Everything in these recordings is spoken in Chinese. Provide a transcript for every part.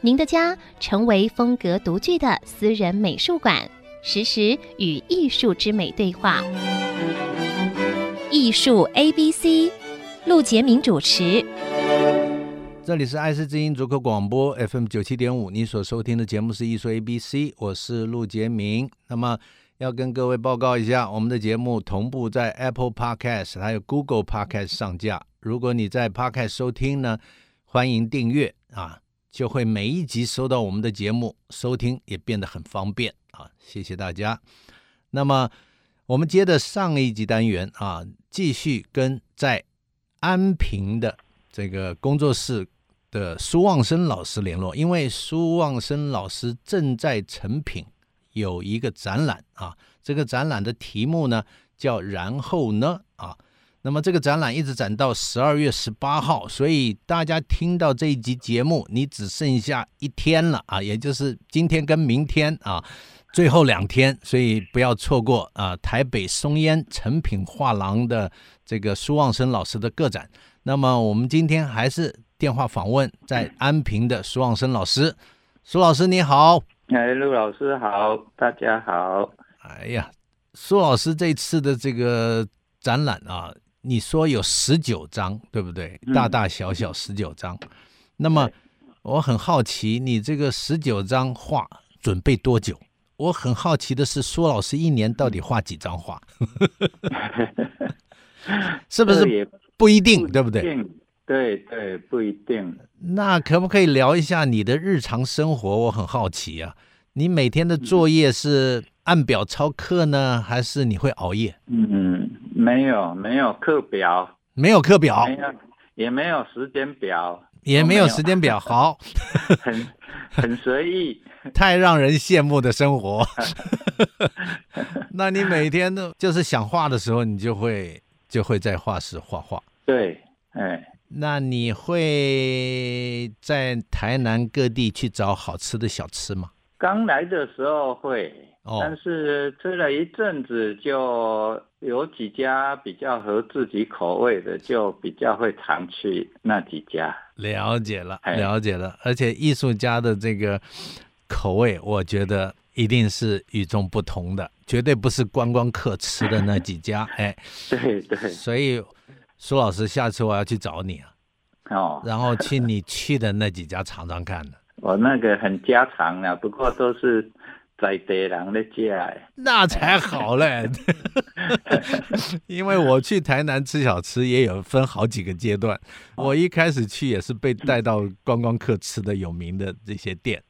您的家成为风格独具的私人美术馆，实时与艺术之美对话。艺术 A B C，陆杰明主持。这里是爱思之音足科广播 FM 九七点五，你所收听的节目是艺术 ABC，我是陆杰明。那么要跟各位报告一下，我们的节目同步在 Apple Podcast 还有 Google Podcast 上架。如果你在 Podcast 收听呢，欢迎订阅啊，就会每一集收到我们的节目，收听也变得很方便啊。谢谢大家。那么我们接着上一集单元啊，继续跟在安平的这个工作室的苏望生老师联络，因为苏望生老师正在成品有一个展览啊，这个展览的题目呢叫“然后呢”啊，那么这个展览一直展到十二月十八号，所以大家听到这一集节目，你只剩下一天了啊，也就是今天跟明天啊。最后两天，所以不要错过啊！台北松烟成品画廊的这个苏望生老师的个展。那么我们今天还是电话访问嗯在安平的苏望生老师。苏老师你好，哎，陆老师好，大家好。哎呀，苏老师这次的这个展览啊，你说有十九张，对不对？嗯大大小小十九张。那么我很好奇，你这个十九张画准备多久？我很好奇的是，苏老师一年到底画几张 画？是不这是也不一定，一对不对？定？对对，不一定。那可不可以聊一下你的日常生活？我很好奇啊，你每天的作业是按表操课呢，还是你会熬夜？嗯，没有没有课表，没有课表没，有也没有时间表，也没有都时间表， 好，很很随意。太让人羡慕的生活。 那你每天都就是想画的时候，你就会就会在画室画画。对，哎，那你会在台南各地去找好吃的小吃吗？刚来的时候会，哦但是吃了一阵子，就有几家比较合自己口味的，就比较会常去那几家。了解了，哎了解了，而且艺术家的这个口味，我觉得一定是与众不同的，绝对不是观光客吃的那几家。哎，对对，所以苏老师，下次我要去找你啊，哦，然后去你去的那几家尝尝看的，我哦那个很家常了，不过都是在地人的家的。那才好嘞。 因为我去台南吃小吃也有分好几个阶段，我一开始去也是被带到观光客吃的有名的这些店。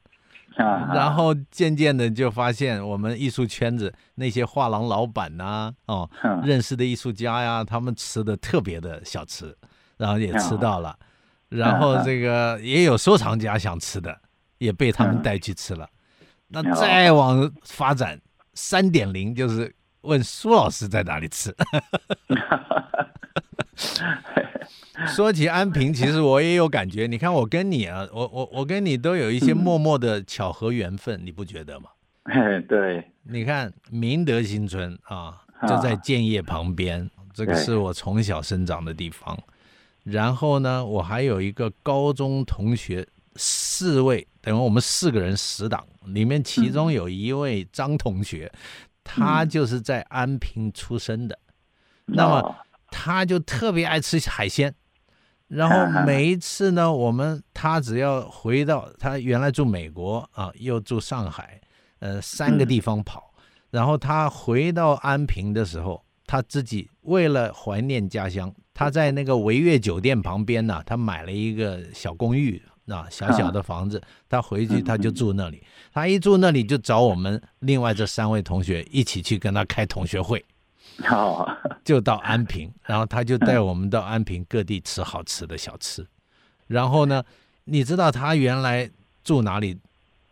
啊，然后渐渐的就发现，我们艺术圈子那些画廊老板呐、哦，哼认识的艺术家呀，他们吃的特别的小吃，然后也吃到了，然后这个也有收藏家想吃的，也被他们带去吃了。那哦再往发展三点零，就是问苏老师在哪里吃。说起安平，其实我也有感觉。你看，我跟你啊，我我我跟你都有一些默默的巧合缘分，你不觉得吗？嘿 对，你看明德新村啊，啊就在建业旁边，这个对是我从小生长的地方。然后呢，我还有一个高中同学，四位，等于我们四个人死党，里面其嗯中有一位张同学，他就是在安平出生的。那么哦他就特别爱吃海鲜。然哈后哈每一次呢，我们他只要回到他原来住美国啊，又住上海，呃，三嗯个地方跑。然后他回到安平的时候，他自己为了怀念家乡，他在那个维悦酒店旁边呢、他买了一个小公寓啊，小小的房子。他回嗯去他就住那里，他一住那里就找我们另外这三位同学一起去跟他开同学会。哦，就到安平，然后他就带我们到安平各地吃好吃的小吃。然后呢，你知道他原来住哪里？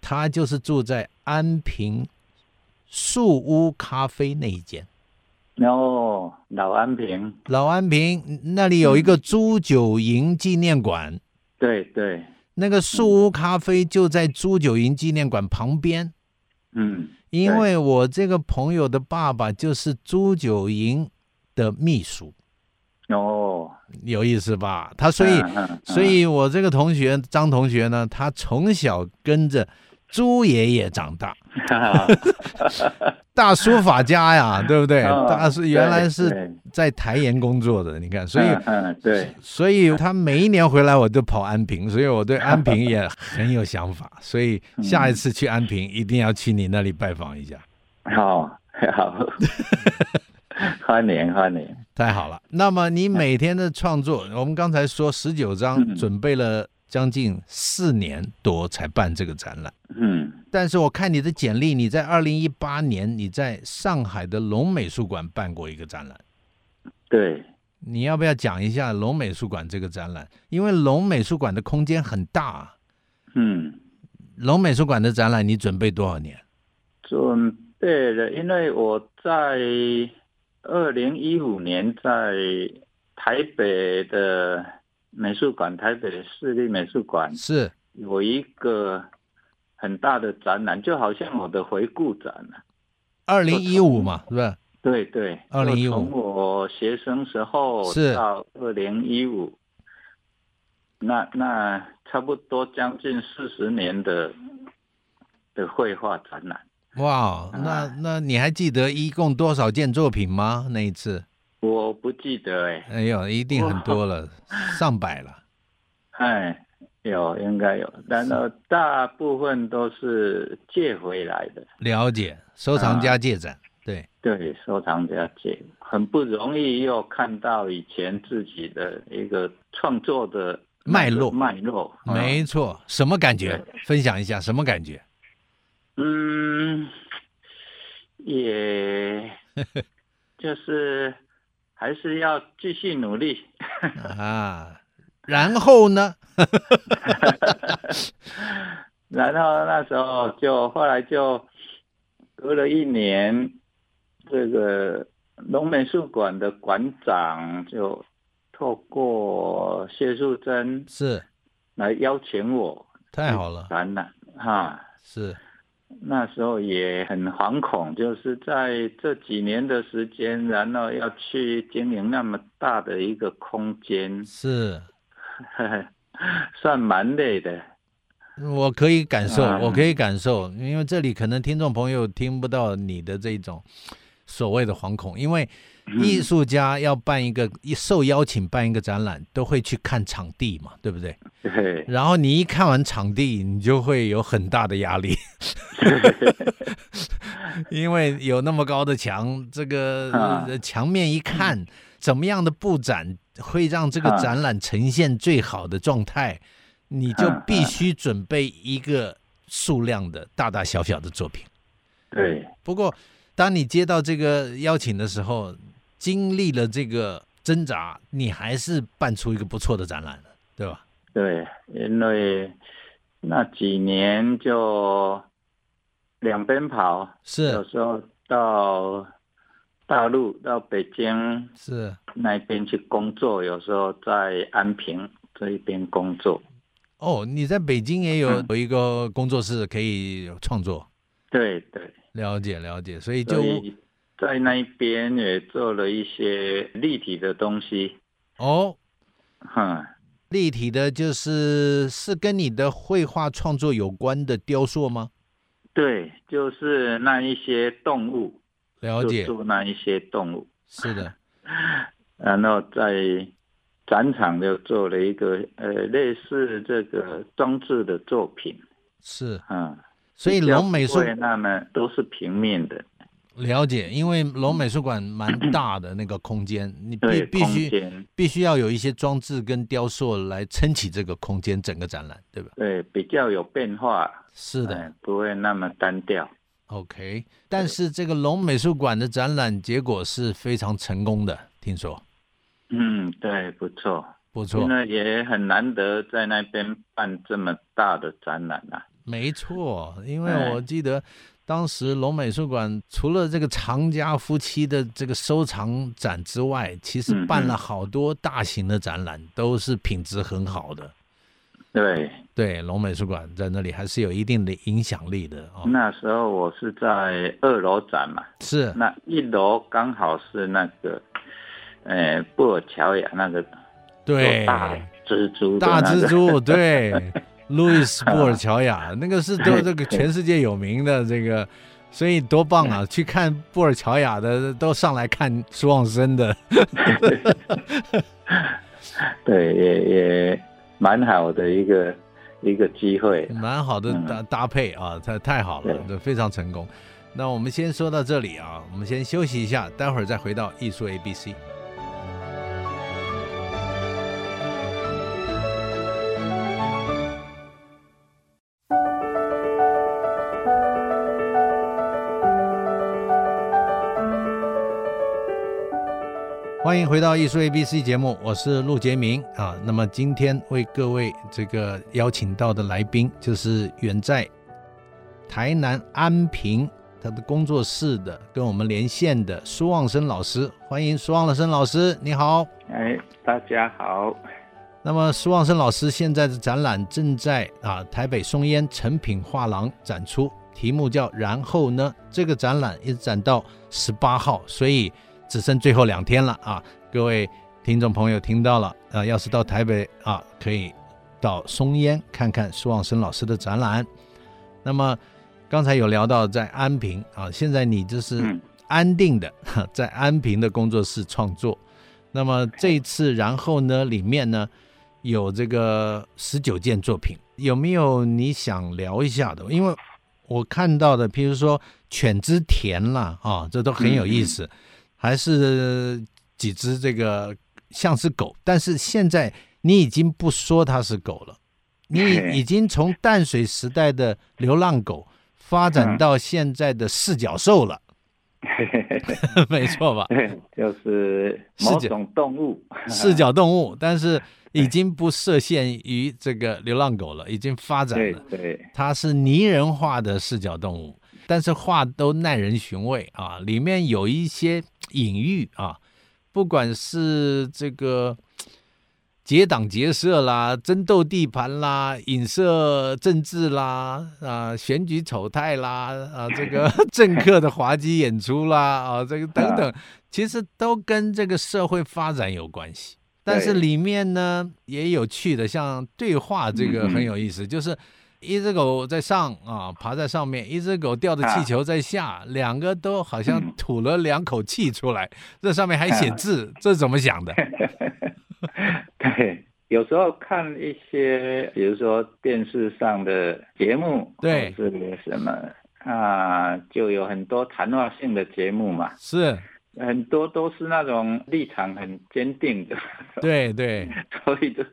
他就是住在安平树屋咖啡那一间。然后老安平，老安平那里有一个朱九营纪念馆，对对，那个树屋咖啡就在朱九营纪念馆旁边。嗯，因为我这个朋友的爸爸就是朱九营的秘书，哦，有意思吧？他所以嗯，嗯所以我这个同学张同学呢，他从小跟着朱爷爷长 大，嗯哈哈大书法家呀，对不对？嗯大师原来对是对在台研工作的，你看，所以嗯嗯对，所以他每一年回来我都跑安平，所以我对安平也很有想法，所以下一次去安平一定要去你那里拜访一下，嗯好， 好，欢迎欢迎，太好了。那么你每天的创作，我们刚才说十九章嗯准备了将近四年多才办这个展览，嗯，但是我看你的简历，你在二零一八年你在上海的龙美术馆办过一个展览。对，你要不要讲一下龙美术馆这个展览？因为龙美术馆的空间很大，嗯，龙美术馆的展览你准备多少年？准备了，因为我在二零一五年在台北的美术馆，台北市立美术馆是有一个很大的展览，就好像我的回顾展了、二零一五嘛，是吧？对对， 2015就从我学生时候是到二零一五，那那差不多将近四十年的的绘画展览。哇，那那你还记得一共多少件作品吗？那一次，我不记得哎、哎呦，一定很多了，上百了。哎，有应该有，但是大部分都是借回来的，了解，收藏家借展，对，对，收藏家借，很不容易又看到以前自己的一个创作的脉络脉络，啊没错。什么感觉？分享一下什么感觉？嗯， 也就是还是要继续努力，啊，然后呢？然后那时候就后来就隔了一年，这个龙美术馆的馆长就透过谢树珍是来邀请我太好了，展览哈。是那时候也很惶恐，就是在这几年的时间，然后要去经营那么大的一个空间， 是，算蛮累的。我可以感受，啊我可以感受，因为这里可能听众朋友听不到你的这种所谓的惶恐，因为艺术家要办一个一受邀请办一个展览，都会去看场地嘛，对不对？对， 然后你一看完场地，你就会有很大的压力， 因为有那么高的墙，这个、啊嗯呃墙面一看，怎么样的布展会让这个啊展览呈现最好的状态，你就啊必须准备一个数量的大大小小的作品。对，不过，当你接到这个邀请的时候，经历了这个挣扎，你还是办出一个不错的展览了，对吧？对，因为那几年就两边跑，有是时候到大陆、到北京是。那边去工作，有时候在安平这一边工作。哦，你在北京也有嗯有一个工作室可以创作，对对，了解了解，所以就所以在那一边也做了一些立体的东西。哦，哼，立体的，就是是跟你的绘画创作有关的雕塑吗？对，就是那一些动物，了就解，做那一些动物。是的，然后在展场就做了一个呃类似这个装置的作品，是，啊，所以比较龙美术不会那么都是平面的，了解，因为龙美术馆蛮大的那个空间，你必对，必空须间必须要有一些装置跟雕塑来撑起这个空间整个展览，对吧？对比较有变化，是的，哎不会那么单调， OK，但是这个龙美术馆的展览结果是非常成功的，听说嗯，对，不错，不错因，为也很难得在那边办这么大的展览啊。没错，因为哎我记得当时龙美术馆除了这个藏家夫妻的这个收藏展之外，其实嗯嗯办了好多大型的展览，都是品质很好的。对，对，龙美术馆在那里还是有一定的影响力的哦。那时候我是在二楼展嘛，是那一楼刚好是那个，呃，布尔乔亚那个对做大蜘蛛的大那蜘个蛛， 对，路易斯·布尔乔亚那个是都这个全世界有名的这个，所以多棒啊！ 去看布尔乔亚的都上来看苏旺生的，对，也也蛮好的一个一个机会。啊蛮好的搭搭配啊，太太好了，嗯对这非常成功。那我们先说到这里啊，我们先休息一下，待会儿再回到艺术 A B C。欢迎回到艺术 A B C 节目，我是陆杰明啊。那么今天为各位这个邀请到的来宾，就是远在台南安平他的工作室的跟我们连线的苏望生老师，欢迎苏望生老师，你好。哎，大家好，那么苏望生老师现在的展览正在啊台北松烟成品画廊展出，题目叫“然后呢”。这个展览一直展到十八号，所以只剩最后两天了啊！各位听众朋友听到了啊，要是到台北啊，可以到松烟看看苏望生老师的展览。那么刚才有聊到在安平啊，现在你就是嗯安定的 在安平的工作室创作。那么这一次，然后呢，里面呢有这个十九件作品，有没有你想聊一下的？因为我看到的，譬如说犬之田啦，啊，这都很有意嗯思，还是几只这个像是狗，但是现在你已经不说它是狗了，你嘿已经从淡水时代的流浪狗发展嗯到现在的四脚兽了，没错 吧？对，嗯就是某种动物，四脚动物，但是已经不设限于这个流浪狗了，已经发展对了。对它是拟人化的四脚动物，但是画都耐人寻味啊，里面有一些隐喻啊，不管是这个结党结社啦、争斗地盘啦、影射政治啦、啊选举丑态啦、啊这 个政客的滑稽演出啦、啊这个等等，其实都跟这个社会发展有关系。但是对里面呢也有趣的，像对话这个嗯嗯很有意思，就是一只狗在上啊，爬在上面；一只狗吊着气球在下，两个都好像啊嗯吐了两口气出 来，这上面还写字，这怎么想的？对。有时候看一些，比如说电视上的节目，对或是什么啊，就有很多谈话性的节目嘛，是，很多都是那种立场很坚定的，对 对，所以就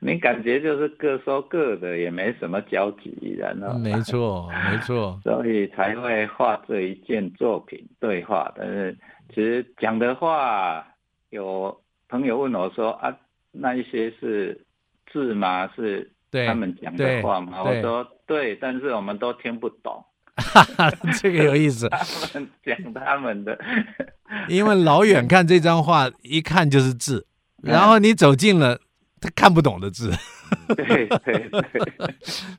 你感觉就是各说各的，也没什么交集，然后没错没错，所以才会画这一件作品对话。但是其实讲的话，有朋友问我说啊，那一些是字吗？是对他们讲对的话吗？对我说对，但是我们都听不懂， 这个有意思，他们讲他们的。 因为老远看这张画，一看就是字，啊然后你走近了，他看不懂的字。 对对对，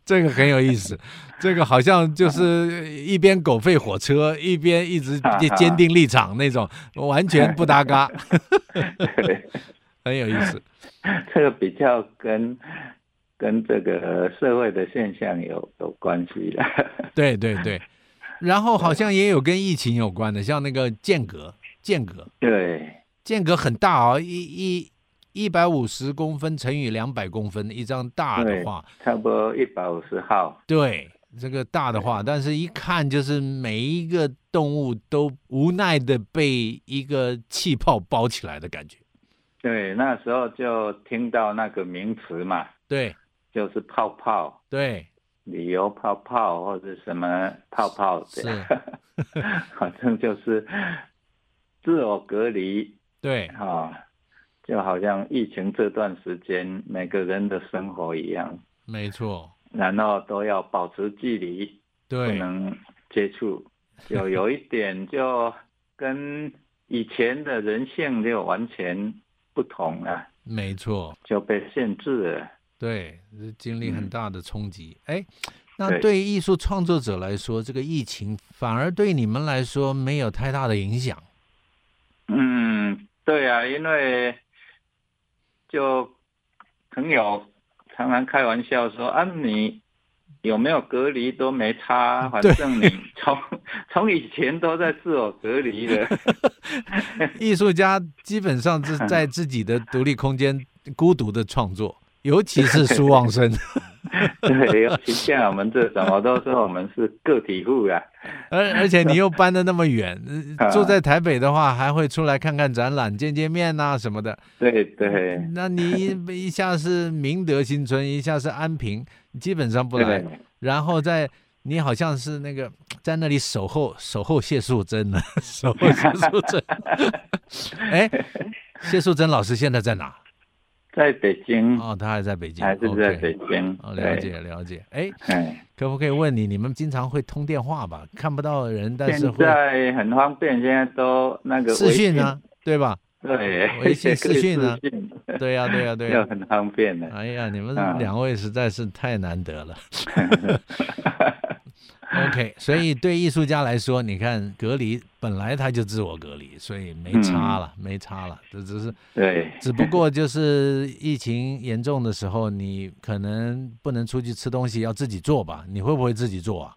这个很有意 思，这个好像啊就是一边狗吠火车，一边一直哈哈坚坚定立场那种，完全不搭 嘎，很有意思。这个比较跟跟这个社会的现象有有关系的。 对对对，然后好像也有跟疫情有关的，像那个间隔，间隔，对间隔很大哦，一一一百五十公分乘以两百公分一张大的对画，，差不多一百五十号。对这个大的话，但是一看就是每一个动物都无奈的被一个气泡包起来的感觉。对，那时候就听到那个名词嘛，对就是泡泡、对，旅游泡泡或者什么泡泡是 的，反正就是自我隔离对啊、就好像疫情这段时间每个人的生活一样，没错，然后都要保持距离，不对，能接触，就有一点就跟以前的人性就完全不同了，没错，就被限制了。对，这经历很大的冲击。哎，嗯对那对于艺术创作者来说，这个疫情反而对你们来说没有太大的影 响。嗯，对啊，因为就朋友常常开玩笑说啊，你有没有隔离都没差，反对正你从 从以前都在自我隔离的， 艺术家基本上是在自己的独立空间孤独的创作，尤其 是苏望生。对，尤其像我们这种，我都说我们是个体户啊，而而且你又搬的那么 远，呃啊住在台北的话，还会出来看看展览、见见面呐、什么的。对对那你一下是明德新村，一下是安平，基本上不来对。，然后在你好像是那个在那里守候守候谢素贞呢， 守候谢素贞。哎，谢素贞老师现在在哪？在北京哦，他还在北京，还是在 OK 北京，哦，对了，解了解。哎，哎。可不可以问你，你们经常会通电话吧？看不到人，但是现会在很方便，现在都那个视微讯啊，对吧？对，微信视讯啊可以视讯对呀、对呀、对呀、就很方便 的。哎呀，你们啊两位实在是太难得 了。OK，所以对艺术家来说，你看隔离本来他就自我隔离，所以没差嗯了，没差了。这只是，对，只不过就是疫情严重的时候，你可能不能出去吃东西，要自己做吧？你会不会自己做啊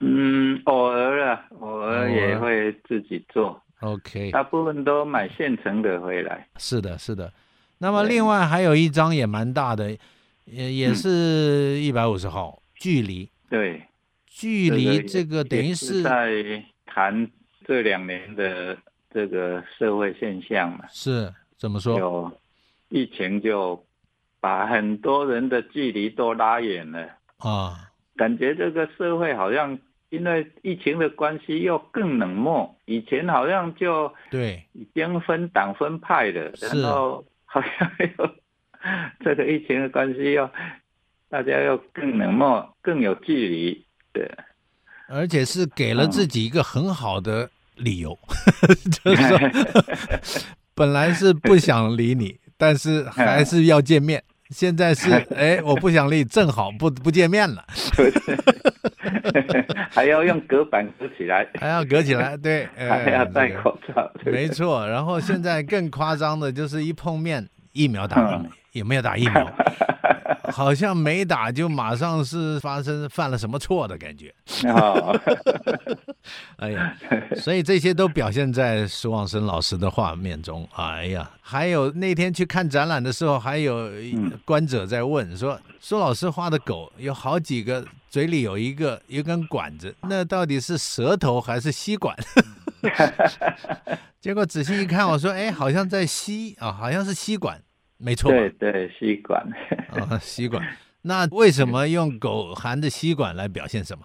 嗯，偶尔啊，偶尔也偶尔会自己做， ？OK，大部分都买现成的回来。是的，是的。那么对嗯另外还有一张也蛮大的，也也是一百五十号，距离，对，距离这也个等于也是在谈这两年的这个社会现象嘛，是怎么说？有疫情就把很多人的距离都拉远了。啊，感觉这个社会好像因为疫情的关系又更冷漠，以前好像就对，已经分党分派了，是然后好像又这个疫情的关系又大家又更冷漠，更有距离。 对，而且是给了嗯自己一个很好的理由， 就是 说本来是不想理你，但是嗯还是要见面。现在 是哎，我不想理，正好不不见面了，还要用隔板隔起来，还要隔起来，对，还要哎，戴这个口罩。对没错，然后现在更夸张的就是一碰面，疫苗打嗯了没？有没有打疫 苗？好像没打就马上是发生犯了什么错的感觉。哦，哎呀，所以这些都表现在施旺生老师的画面中。哎呀，还有那天去看展览的时候，还有观者在问说，苏老师画的狗有好几个，嘴里有一个有一根管子，那到底是舌头还是吸管？结果仔细一看，我说，哎，好像在吸啊，好像是吸管，没错吧对对，吸管。啊，吸管。那为什么用狗含着吸管来表现什么？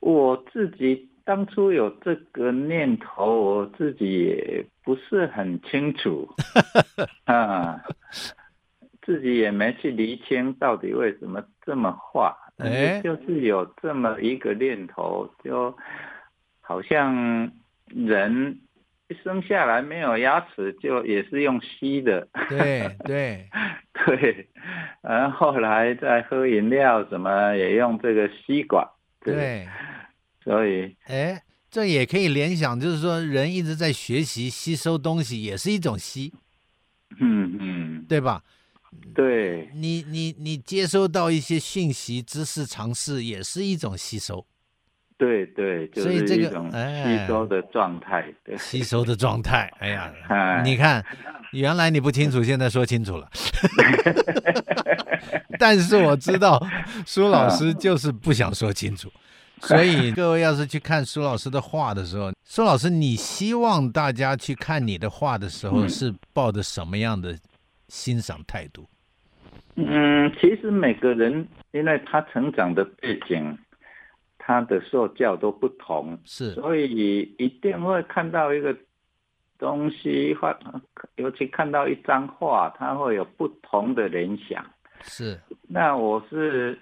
我自己当初有这个念头，我自己也不是很清 楚，啊，自己也没去厘清到底为什么这么画，但哎是就是有这么一个念头，就好像人一生下来没有牙齿，就也是用吸的， 对对，对，然后后来再喝饮料什么也用这个吸管，，对。所以。哎，这也可以联想，就是说人一直在学习、吸收东西，也是一种吸，嗯嗯，对吧？对你你你接收到一些讯息、知识、尝试，也是一种吸收、对对，就所以是这一个种哎吸收的状态。对，吸收的状 态。哎呀，哎你看，原来你不清楚，现在说清 楚了。但是我知道苏老师就是不想说清 楚，所以各位要是去看苏老师的画的时候，苏老师，你希望大家去看你的画的时候嗯是抱着什么样的欣赏态度？嗯，其实每个人因为他成长的背景，他的受教都不同，是所以一定会看到一个东西画，尤其看到一张画，它会有不同的联想。是那我是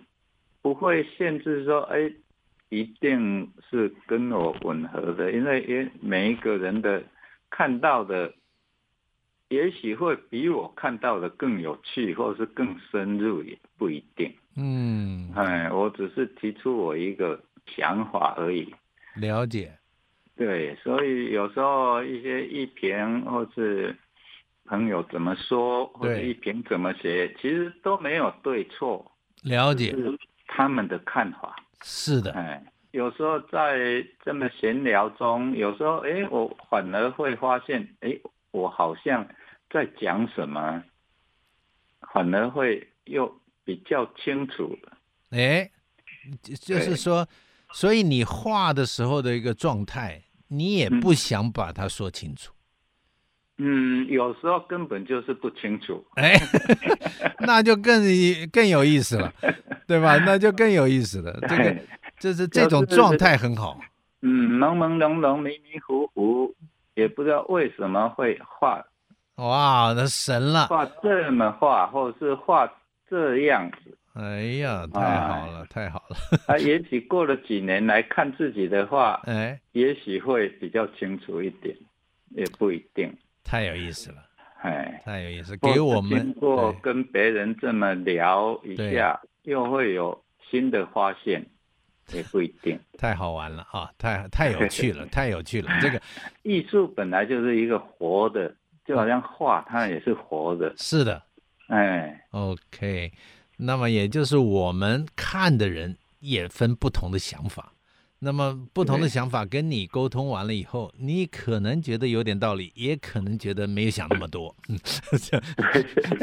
不会限制说，哎，一定是跟我吻合的，因为也每一个人的看到的，也许会比我看到的更有趣，或是更深入，也不一定。嗯，哎，我只是提出我一个想法而已。了解，对，所以有时候一些一评或是朋友怎么说，或者对一评怎么写，其实都没有对错，了解，是他们的看法。是的，哎，有时候在这么闲聊中，有时候哎，我反而会发现，哎，我好像在讲什么，反而会又比较清楚了。哎，就就是对说，所以你画的时候的一个状态，你也嗯不想把它说清楚，嗯，有时候根本就是不清楚。哎， 那就更更有意思了，对吧？那就更有意思了，这 个就是这种就是状态很好，嗯，朦朦胧胧，迷迷糊糊，也不知道为什么会画哇，那神了，画这么画，或者是画这样子。哎呀，太好了，太好了，啊，也许过了几年来看自己的画，哎，也许会比较清楚一点，也不一定。太有意思了，哎，太有意思，或给是我们经过对跟别人这么聊一下，又会有新的发 现，也不一定。太好玩了啊，太太有趣 了，太有趣了，这个艺术本来就是一个活的，就好像画，它也是活的。是的。哎。 OK，那么也就是我们看的人也分不同的想法，那么不同的对想法跟你沟通完了以后，你可能觉得有点道理，也可能觉得没有想那么多， 嗯，这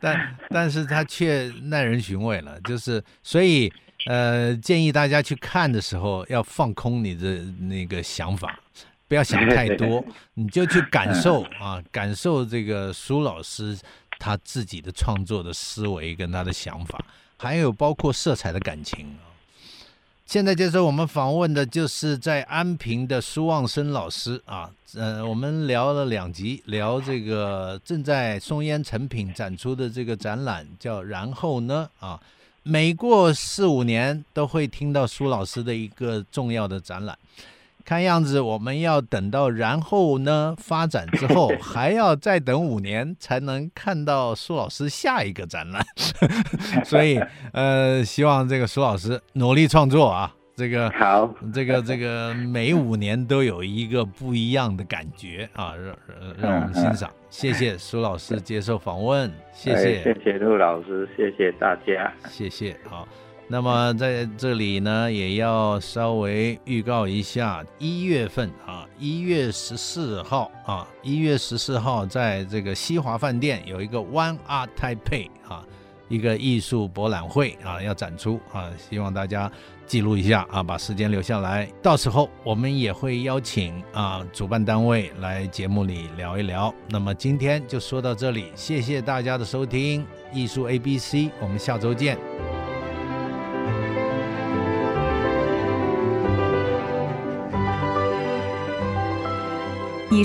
但但是它却耐人寻味了，就是所以呃，建议大家去看的时候要放空你的那个想法，不要想太多，你就去感受啊，感受这个苏老师他自己的创作的思维跟他的想法，还有包括色彩的感情啊。现在接受我们访问的就是在安平的苏望生老师啊，呃，我们聊了两集，聊这个正在松烟成品展出的这个展览叫“然后呢”啊，每过四五年都会听到苏老师的一个重要的展览。看样子我们要等到然后呢发展之后，还要再等五年才能看到苏老师下一个展览。 所以呃，希望这个苏老师努力创作啊，这个好，这个这个每五年都有一个不一样的感觉啊，让让让我们欣赏。谢谢苏老师接受访问，谢哎谢谢谢陆老师，谢谢大家。谢谢好。那么在这里呢，也要稍微预告一下，一月份啊，一月十四号啊，一月十四号在这个西华饭店有一个 One Art Taipei 啊，一个艺术博览会啊，要展出啊，希望大家记录一下啊，把时间留下来。到时候我们也会邀请啊主办单位来节目里聊一聊。那么今天就说到这里，谢谢大家的收听，艺术 A B C，我们下周见。以